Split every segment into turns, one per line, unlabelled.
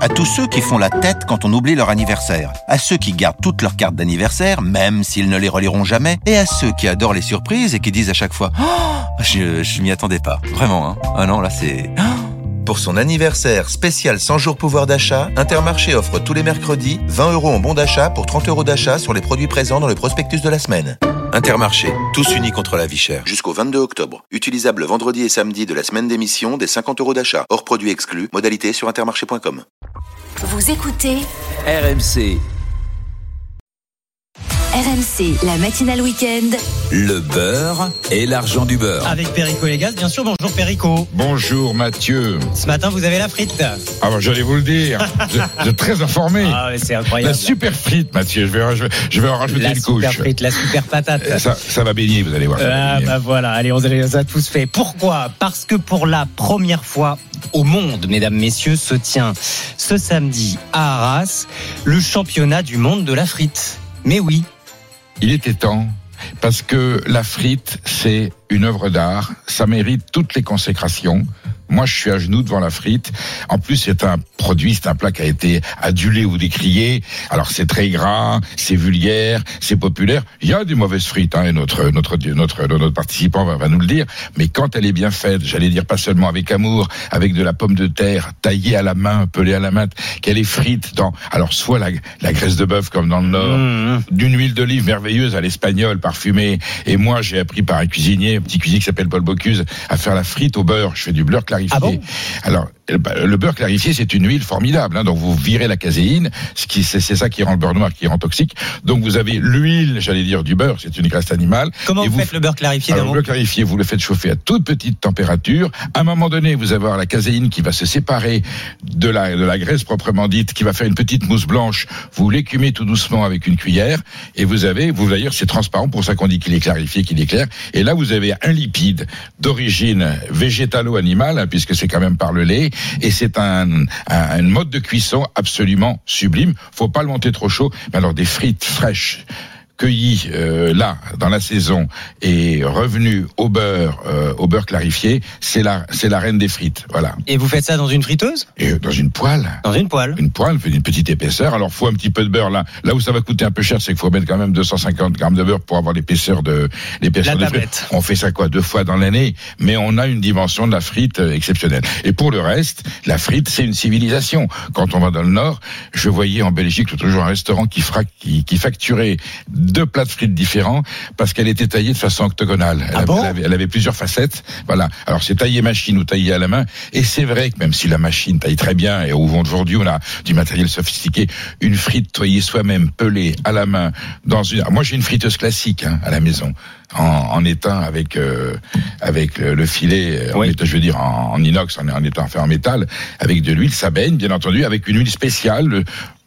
à tous ceux qui font la tête quand on oublie leur anniversaire, à ceux qui gardent toutes leurs cartes d'anniversaire, même s'ils ne les reliront jamais, et à ceux qui adorent les surprises et qui disent à chaque fois oh, Je, je m'y attendais pas. Vraiment, hein. Ah non, là c'est... Oh. Pour son anniversaire spécial 100 jours pouvoir d'achat, Intermarché offre tous les mercredis 20 euros en bon d'achat pour 30 euros d'achat sur les produits présents dans le prospectus de la semaine. Intermarché, tous unis contre la vie chère. Jusqu'au 22 octobre. Utilisable le vendredi et samedi de la semaine d'émission des 50 euros d'achat. Hors produits exclus, modalité sur intermarché.com.
Vous écoutez
RMC,
RMC, la matinale week-end.
le beurre et l'argent du beurre.
Avec Perico Légas, bien sûr. Bonjour Perico.
Bonjour Mathieu.
Ce matin, vous avez la frite.
Ah bah, j'allais vous le dire. Vous êtes- vous êtes très informé.
Ah, ouais, c'est incroyable.
La super frite, Mathieu. Je vais, en- je vais- je vais en rajouter
La
une
super
couche. Eh,
frite, la super patate.
Ça, ça va baigner, vous allez voir. ça va
Ah
baigner.
bah voilà, allez, on les a tous fait. Pourquoi Parce que pour la première fois au monde, mesdames, messieurs, se tient ce samedi à Arras le championnat du monde de la frite. Mais oui,
Il était temps. Parce que la frite, c'est une œuvre d'art. Ça mérite toutes les consécrations. Moi, je suis à genoux devant la frite. En plus, c'est un produit, c'est un plat qui a été adulé ou décrié. Alors, c'est très gras, c'est vulgaire, c'est populaire. Il y a des mauvaises frites, hein, et notre, notre, notre, notre participant va, va nous le dire. Mais quand elle est bien faite, j'allais dire pas seulement avec amour, avec de la pomme de terre, taillée à la main, pelée à la main, qu'elle est frite dans, alors, soit la, la graisse de bœuf comme dans le Nord,
Mmh.
d'une huile d'olive merveilleuse à l'espagnol parfumée. Et moi, j'ai appris par un cuisinier, un petit cuisinier qui s'appelle Paul Bocuse, à faire la frite au beurre. Je fais du beurre clarifié.
Ah bon
Alors, eh ben, le beurre clarifié, c'est une huile formidable. Hein, donc, vous virez la caséine, ce qui c'est c'est ça qui rend le beurre noir, qui rend toxique. Donc, vous avez l'huile, j'allais dire, du beurre. C'est une graisse animale.
comment
Et
vous,
vous
faites le beurre clarifié
alors,
d'abord
le clarifié, vous le faites chauffer à toute petite température. À un moment donné, vous allez avoir la caséine qui va se séparer de la, de la graisse proprement dite, qui va faire une petite mousse blanche. Vous l'écumez tout doucement avec une cuillère et vous avez, vous d'ailleurs, c'est transparent pour ça qu'on dit qu'il est clarifié, qu'il est clair. Et là, vous avez un lipide d'origine végétalo-animale, hein, puisque c'est quand même par le lait, et c'est un, un, un mode de cuisson absolument sublime. Faut pas le monter trop chaud. Mais alors, des frites fraîches cueilli euh, là dans la saison et revenu au beurre euh, au beurre clarifié, c'est la c'est la reine des frites, voilà.
Et vous faites ça dans une friteuse
Et euh, dans une poêle
Dans une poêle
une poêle, fait une petite épaisseur. Alors, faut un petit peu de beurre là. Là où ça va coûter un peu cher, c'est qu'il faut mettre quand même 250 grammes de beurre pour avoir l'épaisseur de l'épaisseur
La
de frite.
tablette.
On fait ça quoi deux fois dans l'année, mais on a une dimension de la frite euh, exceptionnelle. Et pour le reste, la frite, c'est une civilisation. Quand on va dans le Nord, je voyais en Belgique l'autre jour un restaurant qui, fra- qui, qui facturait deux plats de frites différents parce qu'elle était taillée de façon octogonale. Elle,
Ah
avait-
bon
elle avait- elle avait plusieurs facettes. Voilà. Alors c'est taillé machine ou taillé à la main. Et c'est vrai que même si la machine taille très bien et au vent d'aujourd'hui on a du matériel sophistiqué, une frite taillée soi-même, pelée à la main dans une. Moi j'ai une friteuse classique hein, à la maison en, en étain avec euh, avec le, le filet. euh, en
Oui.
étain, je veux dire en, en inox, en, en étain fait en métal, avec de l'huile, ça baigne bien entendu, avec une huile spéciale. Le,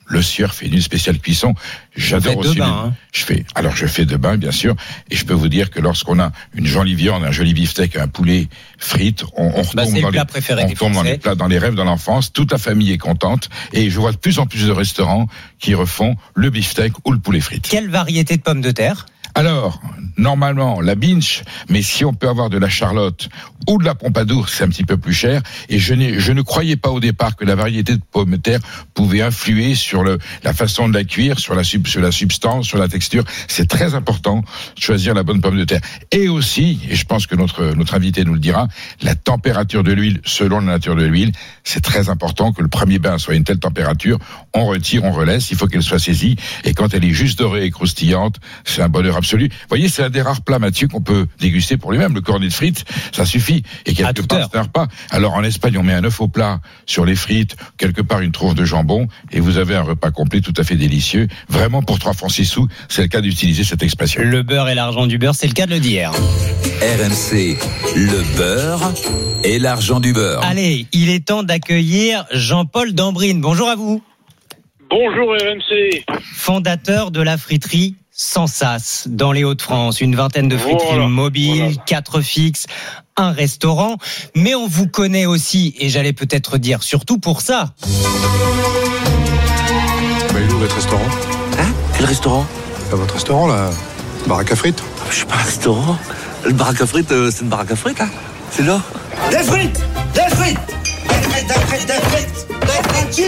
le sieur fait une huile spéciale cuisson. J'adore
faites deux
aussi.
bains,
l'huile-
hein.
je fais, alors je fais de bain, bien sûr, et je peux vous dire que lorsqu'on a une jolie viande, un joli beefsteak, un poulet frites, on, on
Bah,
retombe
c'est le
dans
plat
les,
préféré
on
des
retombe dans les
Français.
plats, dans les rêves, dans l'enfance. Toute la famille est contente, et je vois de plus en plus de restaurants qui refont le beefsteak ou le poulet frites.
Quelle variété de pommes de terre
Alors, normalement, la binge, mais si on peut avoir de la charlotte ou de la pompadour, c'est un petit peu plus cher. Et je, n'ai- je ne croyais pas au départ que la variété de pommes de terre pouvait influer sur le, la façon de la cuire, sur la, sub- sur la substance, sur la texture. C'est très important de choisir la bonne pomme de terre. Et aussi, et je pense que notre, notre invité nous le dira, la température de l'huile, selon la nature de l'huile, c'est très important que le premier bain soit à une telle température. On retire, on relaisse, il faut qu'elle soit saisie. Et quand elle est juste dorée et croustillante, c'est un bonheur absolu. Vous voyez, c'est un des rares plats, Mathieu, qu'on peut déguster pour lui-même. Le cornet de frites, ça suffit. Et
À
quelque
toute
part,
heure.
c'est un repas. Alors, en Espagne, on met un œuf au plat sur les frites, quelque part une trousse de jambon, et vous avez un repas complet tout à fait délicieux. Vraiment, pour trois francs six sous, c'est le cas d'utiliser cette expression.
Le beurre et l'argent du beurre, c'est le cas de le dire.
RMC, le beurre et l'argent du beurre.
Allez, il est temps d'accueillir Jean-Paul Dambrine. Bonjour à vous.
Bonjour RMC.
fondateur de la friterie Sansas dans les Hauts-de-France. Une vingtaine de friteries
Voilà,
mobiles,
voilà.
quatre fixes, un restaurant. Mais on vous connaît aussi, et j'allais peut-être dire surtout pour ça.
Bah, il est où votre restaurant Hein
Et Le restaurant
Bah, Votre restaurant, là Baraque à frites
Je suis pas un restaurant. Le baraque à frites, euh, c'est une baraque à frites, hein C'est là. Des frites Des frites Des frites, des frites, des frites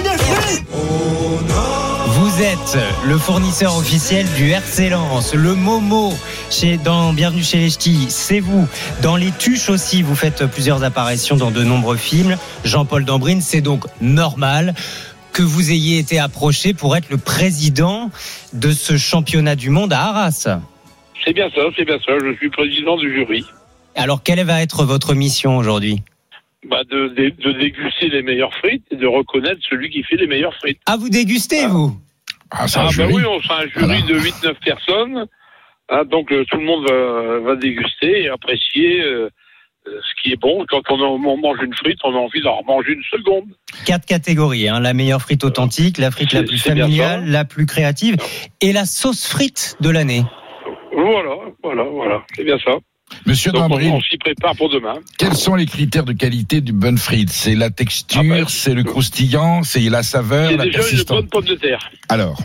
Des frites,
Vous êtes le fournisseur officiel du RC Lens, le Momo chez, dans Bienvenue chez les Ch'tis, c'est vous. Dans Les Tuches aussi, vous faites plusieurs apparitions dans de nombreux films. Jean-Paul Dambrine, c'est donc normal que vous ayez été approché pour être le président de ce championnat du monde à Arras.
C'est bien ça, c'est bien ça. Je suis président du jury.
Alors, quelle va être votre mission aujourd'hui
Bah de, de, de déguster les meilleures frites et de reconnaître celui qui fait les meilleures frites.
Ah, vous dégustez, vous
Ah, c'est un
Ah bah
jury.
oui, on sera un jury
Voilà.
de 8-9 personnes. Ah, donc euh, tout le monde va, va déguster et apprécier euh, euh, ce qui est bon. Quand on, en- on mange une frite, on a envie d'en manger une seconde.
Quatre catégories hein. la meilleure frite authentique, la frite la
C'est-
plus
c'est bien
familiale, la plus créative et la sauce frite de l'année.
Voilà, voilà, voilà. C'est bien ça.
Monsieur
Donc on,
Dambril,
on s'y prépare pour demain.
quels sont les critères de qualité du bonne frite C'est la texture,
Ah bah,
c'est le croustillant, c'est la saveur,
C'est
la
déjà une
persistance.
bonne pomme de terre.
Alors,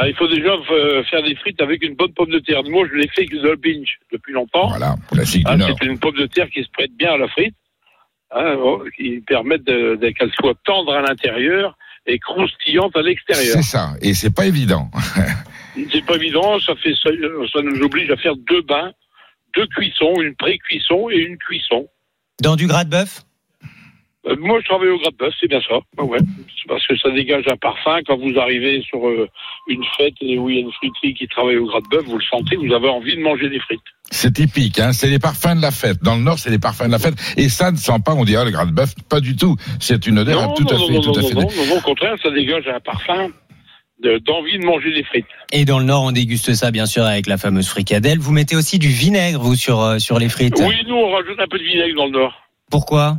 Ah, il faut déjà euh, faire des frites avec une bonne pomme de terre. Moi, je l'ai fait avec le binge depuis longtemps.
voilà, classique
Ah,
du Nord.
c'est une pomme de terre qui se prête bien à la frite, hein, bon, qui permet de- de- qu'elle soit tendre à l'intérieur et croustillante à l'extérieur.
C'est ça, et c'est pas évident.
C'est pas évident, ça, fait, ça, ça nous oblige à faire deux bains, deux cuissons, une pré-cuisson et une cuisson.
Dans du gras de bœuf
Euh, moi, je travaille au gratte-bœuf, c'est bien ça. Ah ouais. C'est parce que ça dégage un parfum. Quand vous arrivez sur euh, une fête et où il y a une friterie qui travaille au gratte-bœuf, vous le sentez, vous avez envie de manger des frites.
C'est typique, hein. c'est les parfums de la fête. Dans le Nord, c'est les parfums de la fête. Et ça ne sent pas, on dit, ah, le gras de bœuf, pas du tout. C'est une odeur
non,
Ah, tout
non,
à
non,
fait,
non,
tout à
non,
fait.
non, non, non, au contraire, ça dégage un parfum de- d'envie de manger des frites.
Et dans le Nord, on déguste ça bien sûr avec la fameuse fricadelle. Vous mettez aussi du vinaigre, vous, sur, euh, sur les frites.
Oui, nous, on rajoute un peu de vinaigre dans le Nord.
Pourquoi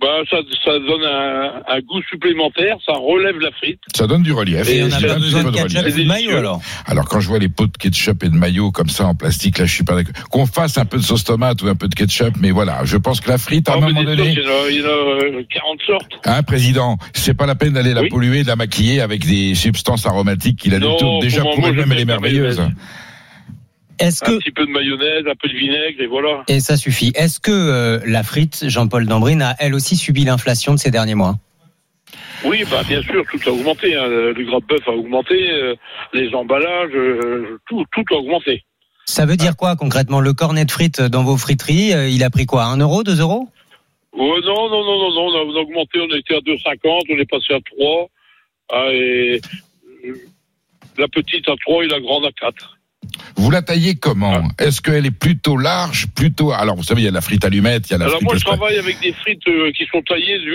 Bah, ça, ça donne un, un goût supplémentaire, ça relève la frite.
Ça donne du relief.
Et on
Ça
n'a
donne
pas
un
besoin de
petit peu
ketchup
relief.
et de
relief.
maillot alors.
Alors quand je vois les pots de ketchup et de maillot comme ça en plastique, là je suis pas d'accord. Qu'on fasse un peu de sauce tomate ou un peu de ketchup, mais voilà, je pense que la frite à un
Ah, mais
moment
des
donné,
sauces, il y en a, il y en a, euh, 40 sortes.
hein, président, c'est pas la peine d'aller la
Oui.
polluer, de la maquiller avec des substances aromatiques qu'il a du
Non,
tout. Déjà
pour
pour
moi,
elle-même
je
elle est
fais de la
merveilleuse.
mayonnaise.
Est-ce
Un
que.
petit peu de mayonnaise, un peu de vinaigre, et voilà.
Et ça suffit. Est-ce que euh, la frite, Jean-Paul Dambrine, a elle aussi subi l'inflation de ces derniers mois
Oui, bah, bien sûr, tout a augmenté. hein. Le gras de bœuf a augmenté, euh, les emballages, euh, tout, tout a augmenté.
Ça veut dire quoi concrètement Le cornet de frites dans vos friteries, euh, il a pris quoi 1 euro 2 euros
Oh, non, non, non, non, non, on a, on a augmenté, on était à 2,50, on est passé à 3. Ah, et, euh, la petite à 3 et la grande à 4.
Vous la taillez comment
Ah.
Est-ce qu'elle est plutôt large, plutôt Alors vous savez, il y a la frite allumette, il y a la
Alors
frite
moi,
au
je
spag-
travaille avec des frites euh, qui sont taillées du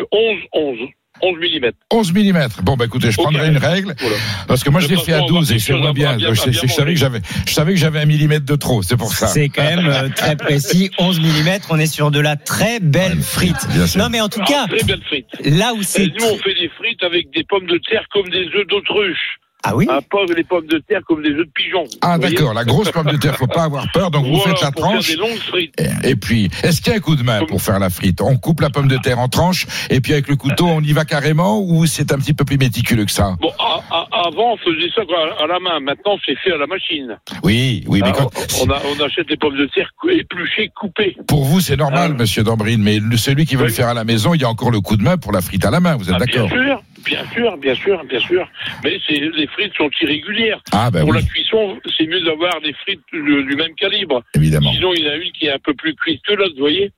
11-11. 11 mm.
11 mm. Bon, bah écoutez, je
Ok.
prendrai une règle.
Voilà.
Parce que moi,
De
je l'ai
toute
fait à
façon, on va
12 et
quelque
c'est
chose
moins
à
bien.
bien- à
Je, sais-
bien
je savais
manger.
que j'avais, je savais que j'avais un millimètre de trop. C'est pour ça.
C'est quand même euh, très précis. 11 mm, on est sur de la très belle frite.
Bien sûr.
Non mais en tout cas,
Ah, Très belles frites.
là où
Et
c'est...
nous, on fait des frites avec des pommes de terre comme des œufs d'autruche.
Ah oui
Ah, pas les pommes de terre comme des œufs de pigeon.
Ah
Vous voyez
d'accord, la grosse pomme de terre, faut pas avoir peur. Donc vous
Voilà,
faites la
pour faire
tranche.
des longues frites.
Et et puis, est-ce qu'il y a un coup de main pour faire la frite On coupe la pomme de terre en tranches et puis avec le couteau, on y va carrément ou c'est un petit peu plus méticuleux que ça
Bon, a- a- avant, on faisait ça à, à la main. Maintenant, c'est fait à la machine.
Eh Oui, oui, mais
Ah,
quand-
on, a- on achète des pommes de terre cou- épluchées, coupées.
pour vous, c'est normal,
Ah.
monsieur Dambrine, mais le- celui qui veut
Oui.
le faire à la maison, il y a encore le coup de main pour la frite à la main, vous êtes
Ah, bien
d'accord
sûr, bien sûr, bien sûr, bien sûr. Mais c'est- les frites sont irrégulières.
Ah, ben
Pour
oui,
la cuisson, c'est mieux d'avoir des frites du- du même calibre.
évidemment.
Sinon, il y en a une qui est un peu plus cuite que l'autre, vous voyez.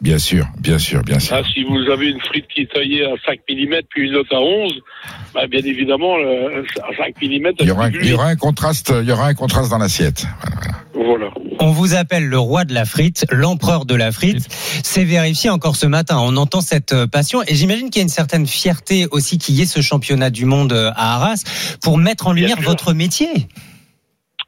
Bien sûr, bien sûr, bien sûr.
Ah, si vous avez une frite qui est taillée à 5 mm, puis une autre à 11, bah, bien évidemment, le- à 5 mm,
Il y, aura un, il y aura un contraste, il y aura un contraste dans l'assiette. Voilà, voilà.
Voilà.
On vous appelle le roi de la frite, l'empereur de la frite. C'est vérifié encore ce matin. On entend cette euh, passion et j'imagine qu'il y a une certaine fierté aussi qu'il y ait ce championnat du monde euh, à Arras pour mettre en
Bien
lumière
sûr.
votre métier.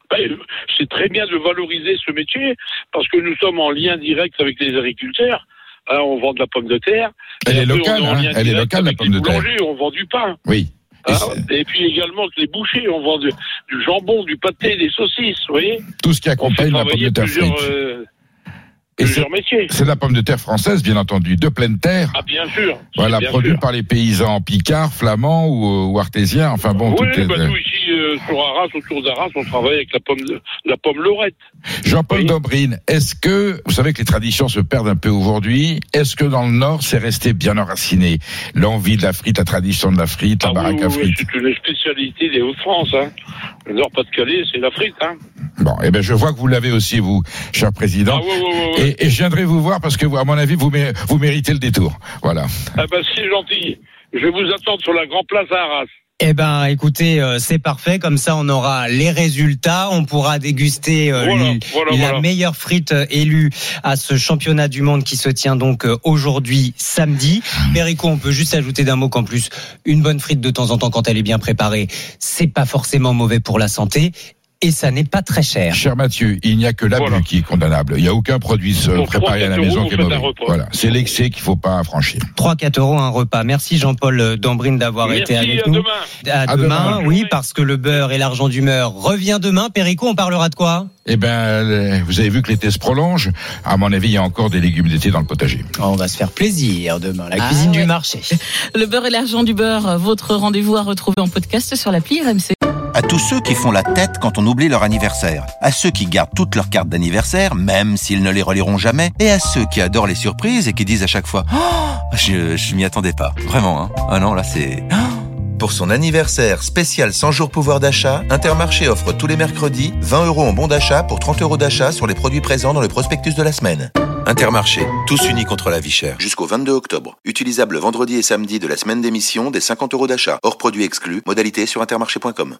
Bah, euh, C'est très bien de valoriser ce métier parce que nous sommes en lien direct avec les agriculteurs. Hein, on vend de la pomme de terre.
Elle
Et
est
après,
locale,
on en
hein.
lien
Elle est
direct
locale, la
avec
pomme
les
de terre.
boulangers, On vend du pain.
Oui. Et
Hein,
c'est-
et puis également que les bouchers, on vend de- du jambon, du pâté, des saucisses. Vous voyez
tout ce qui
On fait
accompagne la pomme de
travailler
terre frite.
plusieurs, euh,
Et c'est
plusieurs métiers.
c'est de la pomme de terre française, bien entendu, de pleine terre.
Ah, bien sûr.
Voilà,
bien
produite
sûr.
par les paysans picards, flamands ou, euh, ou artésiens. Enfin bon,
Oui,
toutes les-
bah, nous ici, euh, que sur Arras, autour d'Arras, on travaille avec la pomme, de- la pomme Lorette.
Jean-Paul
Oui.
Dobrine, est-ce que, vous savez que les traditions se perdent un peu aujourd'hui, est-ce que dans le Nord, c'est resté bien enraciné L'envie de la frite, la tradition de la frite, la
Ah oui,
baraque à
oui, oui,
frites
c'est une spécialité des Hauts-de-France. Hein. Le Nord-Pas-de-Calais, c'est la frite. Hein.
Bon, eh ben je vois que vous l'avez aussi, vous, cher
Ah
Président.
oui, oui, oui, oui.
Et, et je viendrai vous voir parce que, vous, à mon avis, vous, mé- vous méritez le détour. Voilà.
Ah ben, c'est gentil. Je vais vous attendre sur la Grand Place à Arras.
Eh ben, écoutez, euh, c'est parfait. Comme ça, on aura les résultats. On pourra déguster euh,
Voilà,
l-
voilà,
la
voilà.
meilleure frite euh, élue à ce championnat du monde qui se tient donc euh, aujourd'hui, samedi. Perico, on peut juste ajouter d'un mot qu'en plus, une bonne frite de temps en temps, quand elle est bien préparée, c'est pas forcément mauvais pour la santé et ça n'est pas très cher.
Cher Mathieu, il n'y a que l'abus
Voilà.
qui est condamnable. Il n'y a aucun produit se
Pour
préparé à la
3-4
maison
euros,
qui est
vous faites
mauvais.
un repas.
Voilà, c'est l'excès qu'il ne faut pas franchir.
3-4 euros un repas. Merci Jean-Paul euh, Dambrine d'avoir
Merci,
été avec
à
nous.
demain.
À,
À
demain,
demain.
oui, parce que le beurre et l'argent d'humeur revient demain. Perico, on parlera de quoi
Eh ben, euh, vous avez vu que l'été se prolonge. À mon avis, il y a encore des légumes d'été dans le potager.
On va se faire plaisir demain, la
Ah
cuisine du
ouais.
marché.
Le beurre et l'argent du beurre, votre rendez-vous à retrouver en podcast sur l'appli RMC.
À tous ceux qui font la tête quand on oublie leur anniversaire. À ceux qui gardent toutes leurs cartes d'anniversaire, même s'ils ne les reliront jamais. Et à ceux qui adorent les surprises et qui disent à chaque fois oh, Je, je m'y attendais pas. Vraiment, hein. Ah non, là, c'est. Ah
Pour son anniversaire spécial 100 jours pouvoir d'achat, Intermarché offre tous les mercredis 20 euros en bon d'achat pour 30 euros d'achat sur les produits présents dans le prospectus de la semaine. Intermarché, tous unis contre la vie chère. Jusqu'au 22 octobre. Utilisable vendredi et samedi de la semaine d'émission des 50 euros d'achat. Hors produits exclus, modalité sur intermarché.com.